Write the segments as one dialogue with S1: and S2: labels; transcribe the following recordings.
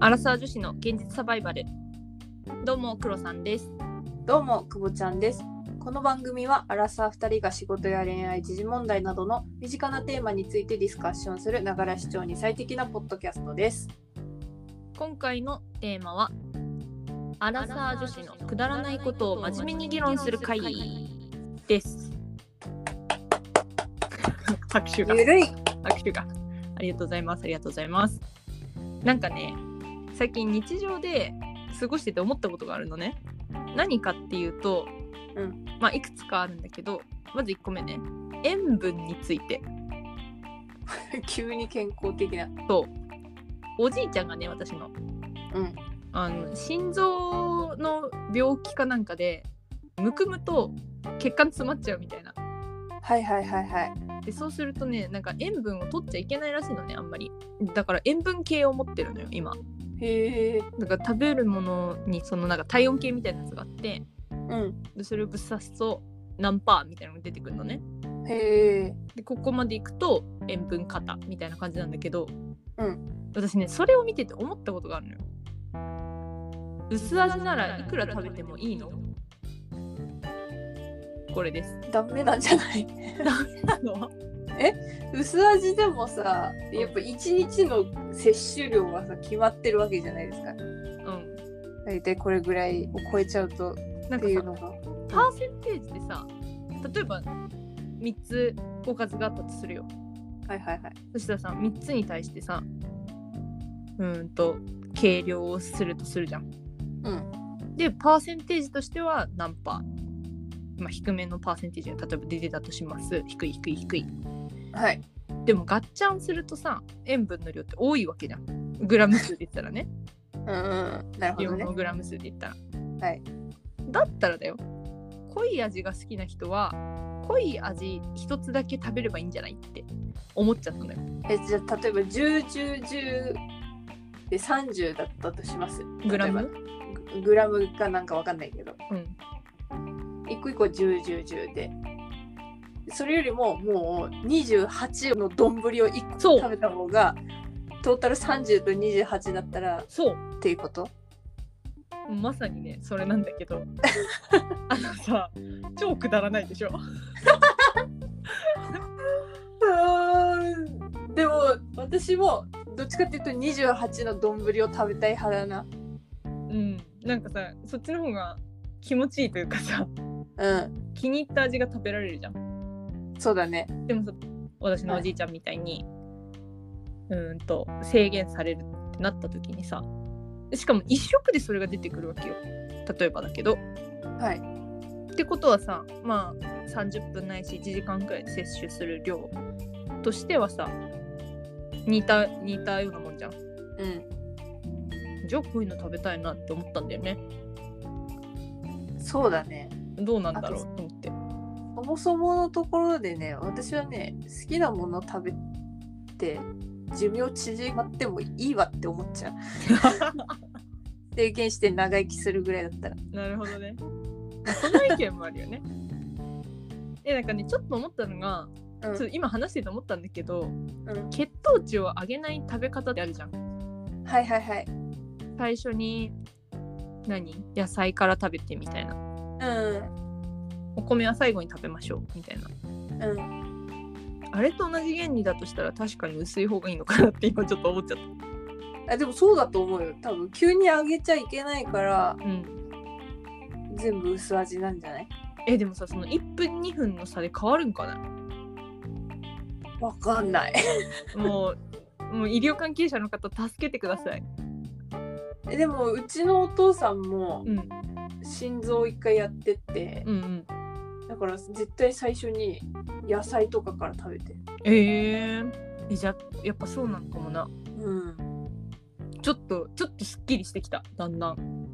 S1: アラサー女子の現実サバイバルどうもクロさんです
S2: どうも、くぼちゃんです。この番組は、アラサー2人が仕事や恋愛、時事問題などの身近なテーマについてディスカッションする、ながら視聴に最適なポッドキャストです。
S1: 今回のテーマはアラサー女子のくだらないことを真面目に議論する会です拍手が
S2: ゆ るい
S1: 拍手がありがとうございますありがとうございますなんかね最近日常で過ごしてて思ったことがあるのね何かっていうと、
S2: うん
S1: まあいくつかあるんだけどまず1個目ね塩分について
S2: 急に健康的な。
S1: そうおじいちゃんがね私の
S2: うん。
S1: あの心臓の病気かなんかでむくむと血管詰まっちゃうみたいな
S2: はいはいはいはい。
S1: でそうするとねなんか塩分を取っちゃいけないらしいのねあんまりだから塩分計を持ってるのよ今
S2: へえ。
S1: だから食べるものにそのなんか体温計みたいなやつがあって
S2: うん。
S1: でそれをぶっ刺すと何パーみたいなのが出てくるのね
S2: へえ。
S1: でここまで行くと塩分過多みたいな感じなんだけど、
S2: うん
S1: 私ねそれを見てて思ったことがあるのよ薄味ならいくら食べてもいいのこれです
S2: ダメなんじゃない
S1: あの
S2: 薄味でもさ、やっぱ一日の摂取量はさ、決まってるわけじゃないですか。
S1: う
S2: 大体これぐらいを超えちゃうとっ
S1: んなん
S2: て
S1: か
S2: いう
S1: さ
S2: のが。
S1: パーセンテージでさ例えば3つおかずがあったとするよ
S2: はいはいはい。
S1: そしたらさ3つに対してさうーんと計量をするとするじゃん
S2: うん。
S1: でパーセンテージとしては何パー、まあ、低めのパーセンテージが例えば出てたとします低い低い低い
S2: はい。
S1: でもガッチャンするとさ塩分の量って多いわけじゃんグラム数で言ったら ね
S2: うんうん。なるほ
S1: 量
S2: どね
S1: の。グラム数で言ったら
S2: はい
S1: だったらだよ濃い味が好きな人は濃い味一つだけ食べればいいんじゃないって思っちゃったんだよ
S2: えじゃあ例えば101010で30だったとします
S1: グラ
S2: 例
S1: ム
S2: えばググラムかなんかわかんないけど
S1: うん
S2: 一個一個101010でそれよりももう28の丼を1個
S1: そう
S2: 食べた方がトータル30と28だったら
S1: そう
S2: っていうこと
S1: まさにねそれなんだけど あのさ超くだらないでしょ
S2: でも私もどっちかっていうと28の丼を食べたい派だな
S1: うんなんかさそっちの方が気持ちいいというかさ
S2: うん
S1: 気に入った味が食べられるじゃん
S2: そうだね
S1: でもさ私のおじいちゃんみたいに、うーんと制限されるってなった時にさしかも一食でそれが出てくるわけよ例えばだけど
S2: はい
S1: ってことはさまあ30分ないし1時間くらいで摂取する量としてはさ似た似たようなもんじゃん
S2: うん
S1: じゃあこういうの食べたいなって思ったんだよね
S2: そうだね
S1: どうなんだろうと思って
S2: そもそものところでね私はね好きなもの食べて寿命縮まってもいいわって思っちゃう 制限して長生きするぐらいだったら
S1: なるほどね。その意見もあるよね。 えなんかねちょっと思ったのが、
S2: うん
S1: ちょっと今話してて思ったんだけど、
S2: ん
S1: 血糖値を上げない食べ方ってあるじゃん。
S2: はいはいはい
S1: 最初に何野菜から食べてみたいな
S2: うん
S1: お米は最後に食べましょうみたいな
S2: うん
S1: あれと同じ原理だとしたら確かに薄い方がいいのかなって今ちょっと思っちゃっ
S2: あでもそうだと思うよ多分急にあげちゃいけないから
S1: た、うん、
S2: 全部薄味なんじゃない
S1: えでもさその1分2分の差で変わるんかな
S2: わかんない
S1: もうもう医療関係者の方助けてください、
S2: えでもうちのお父さんも
S1: うん、
S2: 心臓を一回やってって
S1: うんうん
S2: だから絶対最初に野菜とかから食べて
S1: えー、えじゃあやっぱそうなのかもな
S2: うん
S1: ちょっとちょっとすっきりしてきただんだん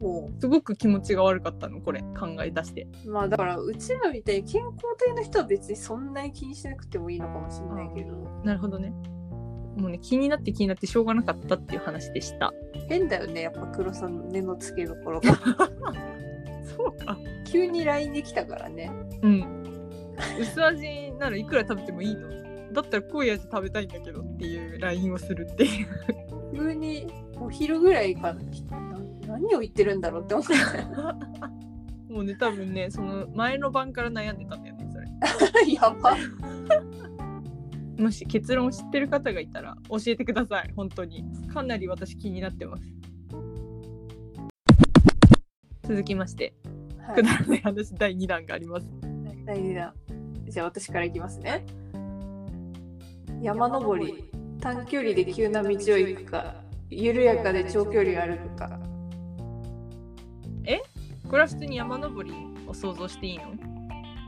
S2: もう
S1: すごく気持ちが悪かったのこれ考え出して
S2: まあだからうちらみたいに健康体の人は別にそんなに気にしなくてもいいのかもしれないけど、
S1: なるほどねもうね気になって気になってしょうがなかったっていう話でした
S2: 変だよねやっぱ黒さんの根の付けどころが
S1: そうか
S2: 急に LINE できたからね
S1: うん薄味ならいくら食べてもいいのだったら濃い味食べたいんだけどっていう LINE をするっていう
S2: 急にお昼ぐらいからな何を言ってるんだろうって思って
S1: もうね多分ねその前の晩から悩んでたんだよねそれ
S2: やば
S1: もし結論を知ってる方がいたら教えてください本当にかなり私気になってます続きまして、
S2: は
S1: くだらない話第2弾があります
S2: い、大事だじゃあ私からいきますね山登り短距離で急な道を行くか緩やかで長距離を歩くか
S1: これは普通に山登りを想像していいの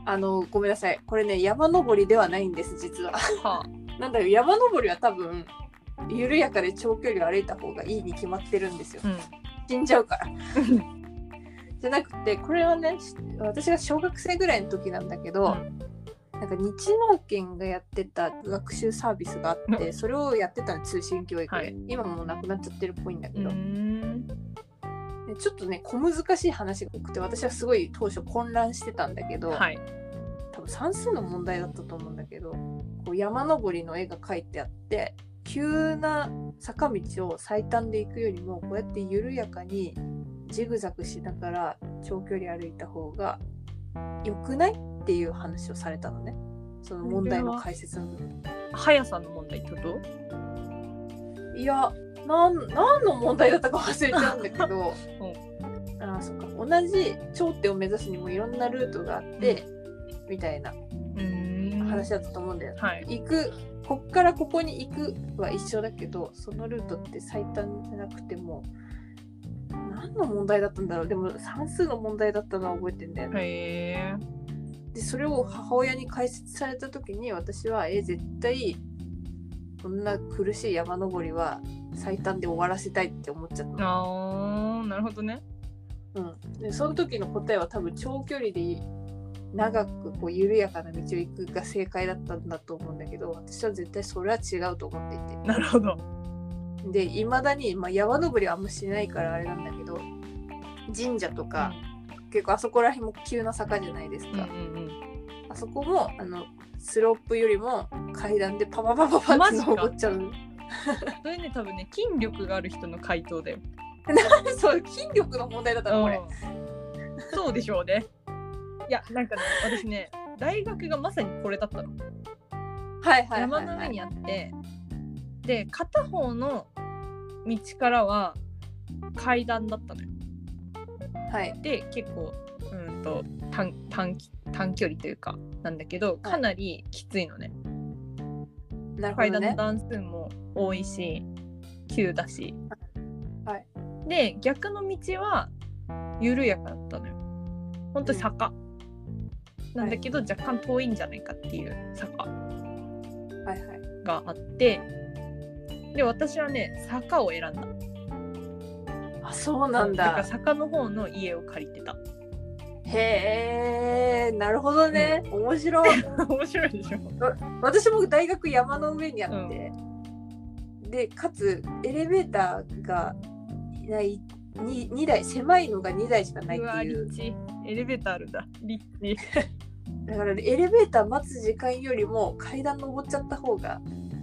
S2: あのごめんなさいこれね山登りではないんです実は
S1: はあ
S2: なんだろう山登りは多分緩やかで長距離を歩いた方がいいに決まってるんですよ
S1: うん
S2: 死んじゃうからじゃなくてこれはねし私が小学生ぐらいの時なんだけど、なんか日農研がやってた学習サービスがあって、それをやってたの通信教育で、
S1: はい
S2: 今もうなくなっちゃってるっぽいんだけ
S1: う
S2: ど、
S1: ん
S2: でちょっとね小難しい話が多くて私はすごい当初混乱してたんだけど、
S1: はい
S2: 多分算数の問題だったと思うんだけどこう山登りの絵が描いてあって急な坂道を最短で行くよりもこうやって緩やかにジグザグしながら長距離歩いた方が良くないっていう話をされたのねその問題の解説の部分
S1: 速さの問題ってこと
S2: いやなん何の問題だったか忘れちゃうんだけど、あーそっか同じ頂点を目指すにもいろんなルートがあって、みたいな
S1: うん
S2: 話だったと思うんだよね
S1: はい
S2: 行くこっからここに行くは一緒だけどそのルートって最短じゃなくても何の問題だったんだろうでも算数の問題だったのは覚えてんだよね、
S1: へえ
S2: でそれを母親に解説された時に私はえ絶対こんな苦しい山登りは最短で終わらせたいって思っちゃった、
S1: あーなるほどね
S2: うん、でその時の答えは多分長距離で長くこう緩やかな道を行くが正解だったんだと思うんだけど私は絶対それは違うと思っていて
S1: なるほど
S2: でいまだに、まあ、山登りはあんましないからあれなんだけど神社とか、結構あそこら辺も急な坂じゃないです
S1: うんう
S2: か、
S1: ん
S2: あそこもあのスロープよりも階段でパパパパパ
S1: マ
S2: っ
S1: ジ
S2: て
S1: か
S2: 登っちゃう
S1: それね多分ね筋力がある人の回答だよ
S2: そう筋力の問題だったのこれ、
S1: うんそうでしょうねいやなんかね私ね大学がまさにこれだったの
S2: はいはいは
S1: 山
S2: い、
S1: の
S2: は
S1: 上
S2: い、
S1: にあってで片方の道からは階段だったのよ
S2: はい
S1: で結構うんと短短短距離というかなんだけどかなりきついのね、
S2: なるほ
S1: 階
S2: ど
S1: 段の
S2: ね
S1: 段数も多いし急だし、
S2: はい
S1: で逆の道は緩やかだったのよほんと坂、なんだけど若干遠いんじゃないかっていう坂
S2: はいはい
S1: があってで私はね坂を選んだ
S2: あそうなん
S1: だから
S2: だ
S1: 坂の方の家を借 りてた
S2: へえなるほどね、面白い
S1: 面白いでしょ
S2: 私も大学山の上にあって、でかつエレベーターがないに 2, 台狭いのが2台しかないう
S1: わ
S2: って
S1: リ
S2: いう
S1: ッチエレベーターあるんだリッチ
S2: だからエレベーター待つ時間よりも階段登っちゃった方が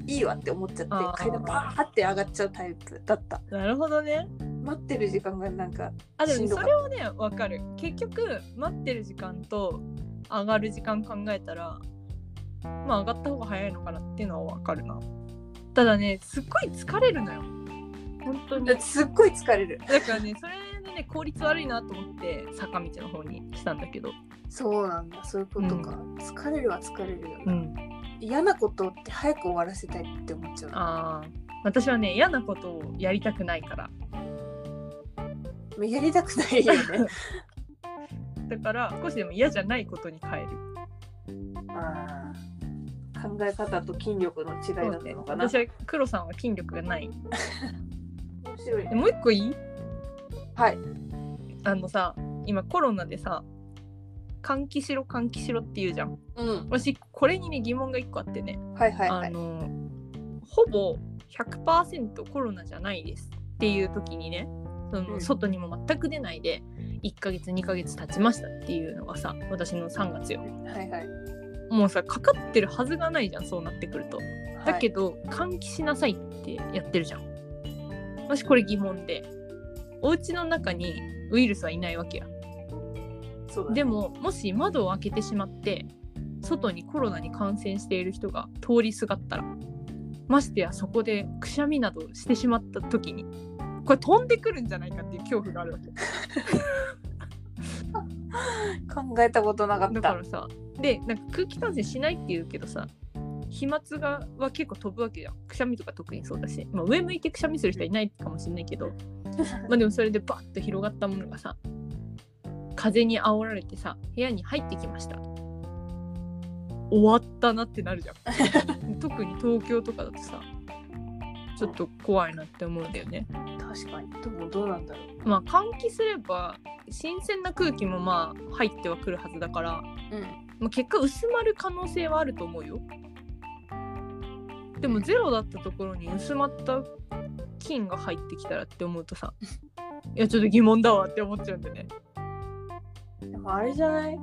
S2: いいわって思っちゃって
S1: あー
S2: 階段バーって上がっちゃうタイプだった
S1: なるほどね
S2: 待ってる時間がなんか
S1: あでも
S2: し
S1: ね
S2: んどか
S1: そ
S2: っ
S1: れをねわかる結局待ってる時間と上がる時間考えたらまあ上がった方が早いのかなっていうのはわかるなただねすっごい疲れるのよ本当に
S2: だってすっごい疲れる
S1: だか らねそれでね効率悪いなと思って坂道の方にしたんだけど、
S2: そうなんだそういうことか、疲れるは疲れるよ、ね
S1: ん、
S2: 嫌なことって早く終わらせたいって思っちゃうも
S1: あー私はね嫌なことをやりたくないから
S2: うやりたくないよね
S1: だから少しでも嫌じゃないことに変える
S2: あー考え方と筋力の違いだったのかな、
S1: 私は黒さんは筋力がない
S2: 面白い
S1: でもう一個いい
S2: はい
S1: あのさ今コロナでさ換気しろ換気しろって言うじゃん
S2: うん
S1: 私これにね疑問が一個あってね、
S2: はいはいは
S1: あ
S2: い
S1: のほぼ100%コロナじゃないですっていう時にねその、
S2: うん
S1: 外にも全く出ないで1ヶ月2ヶ月経ちましたっていうのがさ私の3月よ
S2: はいはい
S1: もうさかかってるはずがないじゃんそうなってくると
S2: はい
S1: だけど、換気しなさいってやってるじゃんもしこれ疑問でお家の中にウイルスはいないわけや
S2: そうだね
S1: でももし窓を開けてしまって外にコロナに感染している人が通りすがったらましてやそこでくしゃみなどしてしまった時にこれ飛んでくるんじゃないかっていう恐怖があるわけ
S2: 考えたことなかった
S1: だからさでなんか空気感染しないって言うけどさ飛沫がは結構飛ぶわけじゃんくしゃみとか特にそうだし、まあ、上向いてくしゃみする人はいないかもしれない けどまあでもそれでバッと広がったものがさ風に煽られてさ部屋に入ってきました終わったなってなるじゃ ん特に東京とかだとさちょっと怖いなって思うんだよね
S2: 確かにでもどうなんだろ
S1: まあ換気すれば新鮮な空気もまあ入ってはくるはずだから
S2: ううん
S1: まあ、結果薄まる可能性はあると思うよでもゼロだったところに薄まった菌が入ってきたらって思うとさいやちょっと疑問だわって思っちゃうんでね
S2: でもあれじゃない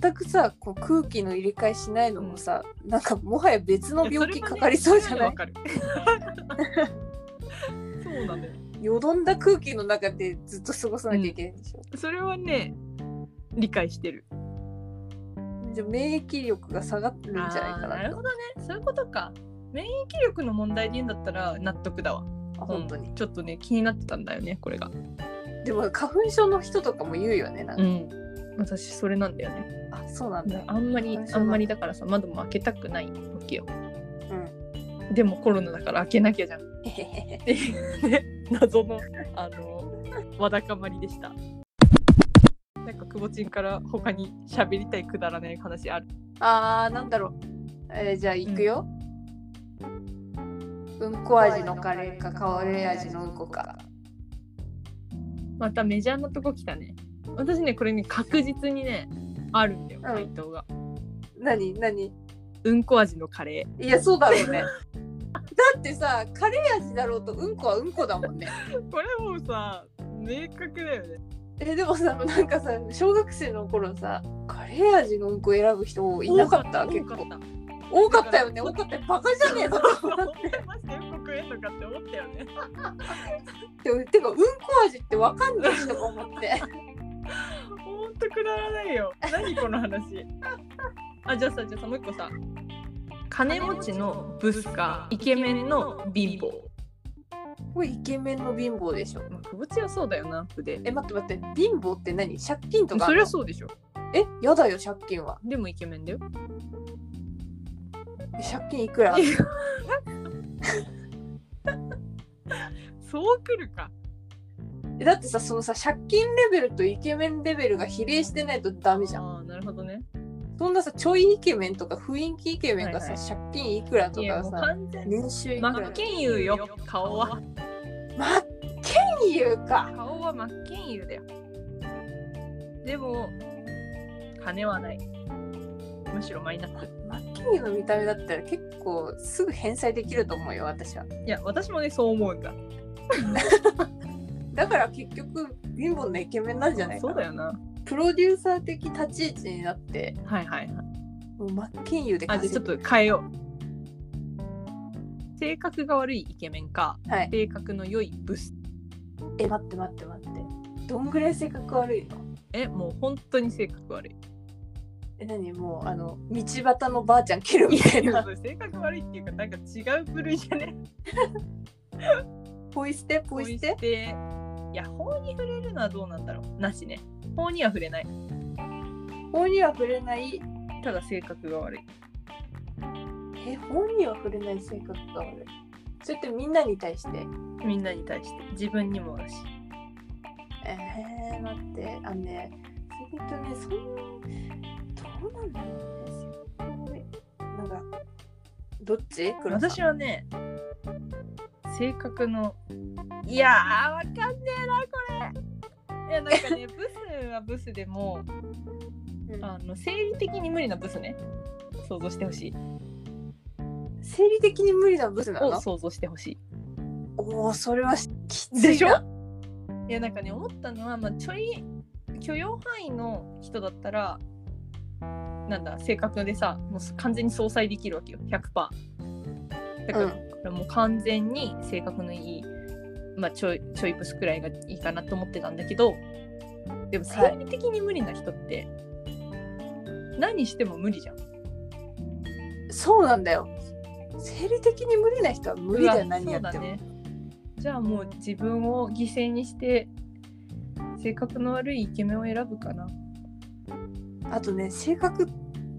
S2: 全くさこう空気の入れ替えしないのもさ、なんかもはや別の 病気かかりそうじゃない
S1: やそれはねわかるそうだね
S2: よどんだ空気の中でずっと過ごさなきゃいけないんでしょ、
S1: それはね理解してる
S2: じゃあ免疫力が下がってるんじゃないか
S1: あーな
S2: な
S1: る
S2: と
S1: ほどねそういうことか免疫力の問題で言うんだったら納得だわ
S2: あ本当に、
S1: うんちょっとね気になってたんだよねこれが
S2: でも花粉症の人とかも言うよねなんか、
S1: うん私それなんだよね
S2: あそうなんだ、
S1: あんまり
S2: あれそうなんだ
S1: あんまりだからさ窓も開けたくないわけよでもコロナだから開けなきゃじゃんっ
S2: へへへへ
S1: ていうね謎のあの わだかまりでしたなんかくぼちんから他に喋りたいくだらない話ある
S2: あーなんだろう、えーじゃあ行くよ、うん、こ味のカレーかカレー味のうんこか
S1: またメジャーなとこ来たね私ねこれね確実にねあるんだよ
S2: うん
S1: 回答が、
S2: 何何
S1: うん、こ味のカレ
S2: いやそうだろう ねだってさカレー味だろうとうんこはうんこだもんね
S1: ーこれもうさ明確だよね
S2: えでもさなんかさ小学生の頃さカレー味のうんこ選ぶ人いなかった結
S1: 多かっ
S2: 構
S1: た
S2: 多かったよね多かったよバ カじゃねえの
S1: マジでうんこ食えんのかって思ったよね
S2: って てかうんこ味ってわかんないしとか思って
S1: ほんとくだらないよ。何この話。 あ、じゃあさ、じゃあさ、もう一個さ。金持ちのブスか、イケメンの貧乏。
S2: これイケメンの貧乏でしょ
S1: まあ、くぼちはそうだよな、アップで。
S2: え待って待って貧乏って何借金とかあ
S1: そ
S2: ん
S1: り
S2: の
S1: ゃそうでしょ。
S2: えやだよ借金は
S1: でもイケメンだよ。
S2: え借金いくらあんの
S1: そうくるか。
S2: えだってさそのさ借金レベルとイケメンレベルが比例してないとダメじゃん
S1: ああ、なるほどね。
S2: そんなさちょいイケメンとか雰囲気イケメンがさ、
S1: はいは
S2: 借金いくらと
S1: い
S2: か
S1: や、もう
S2: さ
S1: 完全に。
S2: 年収いくら
S1: 真
S2: とか
S1: っ健優よ、顔は。
S2: 真っ健優か
S1: 顔は真っ健優だよ。でも、金はない。むしろマイナス。
S2: マッキーの見た目だったら結構すぐ返済できると思うよ私はい
S1: や、私もね、そう思うんだ。
S2: だから結局貧乏なイケメンなんじゃないか
S1: そうだ
S2: な
S1: よな。
S2: プロデューサー的立ち位置になって
S1: はいはいはい。
S2: もうマッキンユで
S1: あ、じ
S2: 稼
S1: ゃあちょ
S2: ぐ
S1: っと変えよう。性格が悪いイケメンか、
S2: はい
S1: 性格の良いブス。
S2: え待って待って待ってどんぐらい性格悪いの
S1: え、もう本当に性格悪い。
S2: え何もうあの道端のばあちゃん蹴るみたい
S1: いや
S2: な
S1: それ 性格悪いっていうか、なんか違う部類じ ゃね
S2: ポイ捨てポイ捨て
S1: て。いや、法に触れるのはどうなんだろう。なしね。法には触れない。
S2: 法には触れない
S1: ただ性格が悪い。
S2: え法には触れない性格が悪いそれってみんなに対して
S1: みんなに対して。自分にもだし。
S2: えー、待って、あのね、それとね、そんどうなんだろうね性格悪い、なんか、どっち黒さん
S1: 私はね、性格の。いやー、わかんねえな、これ。いや、なん かね、ブスはブスでも、
S2: うん
S1: あの生理的に無理なブスね想像してほしい
S2: 生理的に無理なブスな
S1: を
S2: の
S1: 想像してほし
S2: おお、それはきつい
S1: い
S2: な
S1: でしょいやなんかね思ったのは、まあ、ちょい許容範囲の人だったらなんだ性格でさもう完全に相殺できるわけよ100%だから,、
S2: うん
S1: もう完全に性格のいいまあ、ちょいちょいブスくらいがいいかなと思ってたんだけどでも
S2: はい
S1: 生理的に無理な人って何しても無理じゃん。
S2: そうなんだよ生理的に無理な人は無理だよ
S1: うわ
S2: 何やっても、
S1: そうだねじゃあもう自分を犠牲にして性格の悪いイケメンを選ぶかな。
S2: あとね性格っ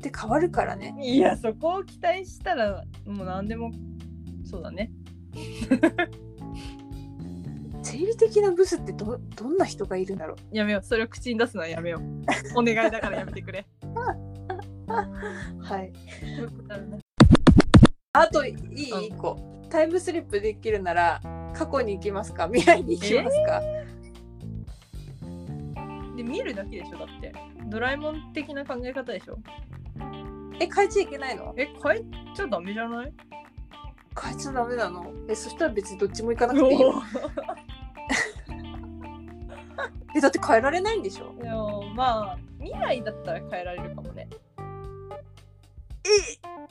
S2: て変わるからね
S1: いやそこを期待したらもう何でもそうだね。
S2: 生理的なブスってどどんな人がいるんだろう
S1: やめようそれを口に出すのはやめ よう。お願いだからやめてくれ。
S2: はい
S1: そういうことあるね
S2: あといい
S1: うん
S2: 1個、タイムスリップできるなら過去に行きますか未来に行きますか、
S1: で見るだけでしょだってドラえもん的な考え方でしょ
S2: え変えちゃいけないの
S1: え変えちゃダメじゃ ない
S2: 変えちゃダメなのえそしたら別にどっちも行かな くていいよえだって変えられないんでしょ
S1: でもまあ未来だったら変えられるかもね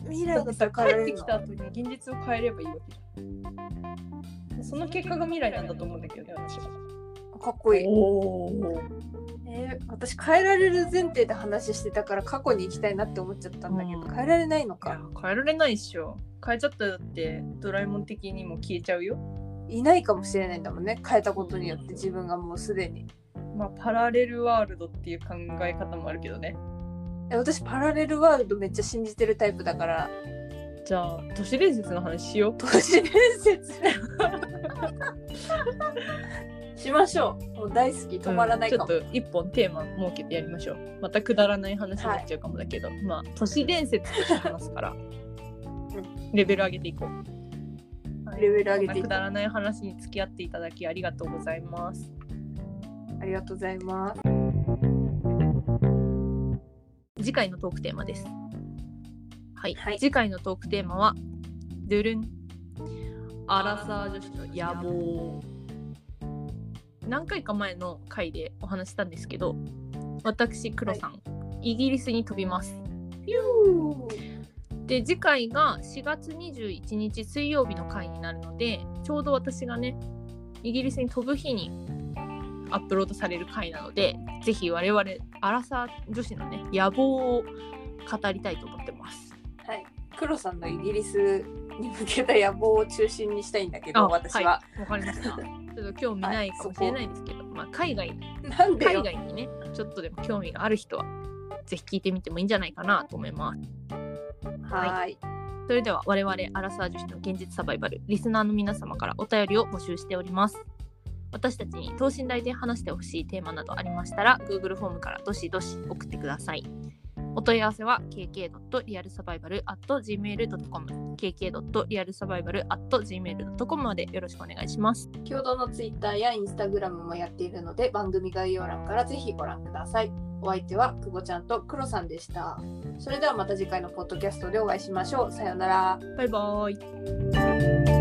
S2: 未来だ
S1: だって
S2: った
S1: さ
S2: ら変えら
S1: 帰っ
S2: れ
S1: て
S2: る
S1: き
S2: の
S1: た後に現実を変えればいいわけじゃんその結果が未来なんだと思うんだけどね私は
S2: かっこいい
S1: おお
S2: えー私変えられる前提で話してたから過去に行きたいなって思っちゃったんだけど、
S1: うん
S2: 変えられないのか
S1: 変えられないっしょ変えちゃったらだってドラえもん的にも消えちゃうよ
S2: いないかもしれないんだもんね変えたことによって自分がもうすでに
S1: まあパラレルワールドっていう考え方もあるけどね
S2: え私パラレルワールドめっちゃ信じてるタイプだから
S1: じゃあ都市伝説の話しよう
S2: 都市伝説しましょうもう大好き止まらないかも、
S1: うんちょっと一本テーマ設けてやりましょうまたくだらない話になっちゃうかもだけど、まあ都市伝説として話す からレベル上げていこう、はい
S2: レベル上げていこう
S1: こんなくだらない話に付き合っていただきありがとうございます
S2: ありがとうございます
S1: 次回のトークテーマです。はい、
S2: はい
S1: 次回のトークテーマは、ドゥルン、アラサー女子の野望。何回か前の回でお話ししたんですけど、私、黒さん、イギリスに飛びます。で、次回が4月21日水曜日の回になるので、ちょうど私がね、イギリスに飛ぶ日にアップロードされる回なので、ぜひ我々、アラサー女子のね、野望を語りたいと思ってます。
S2: 黒さんのイギリスに向けた野望を中心にしたいんだけど私は、
S1: いわか りました。ちょっと興味ないかもしれないですけど、まあ、海外、
S2: なんで
S1: 海
S2: よ
S1: 外にね、ちょっとでも興味がある人は、ぜひ聞いてみてもいいんじゃないかなと思います。
S2: はーい
S1: それでは、我々、アラサー女子の現実サバイバル、リスナーの皆様からお便りを募集しております。私たちに等身大で話してほしいテーマなどありましたら、Google フォームからどしどし送ってください。お問い合わせは kk.realsurvival.gmail.com kk.realsurvival.gmail.com までよろしくお願いします。
S2: 共同のツイッターやインスタグラムもやっているので番組概要欄からぜひご覧くださいお相手は久保ちゃんと黒さんでしたそれではまた次回のポッドキャストでお会いしましょうさようなら
S1: バイバイ。
S2: 「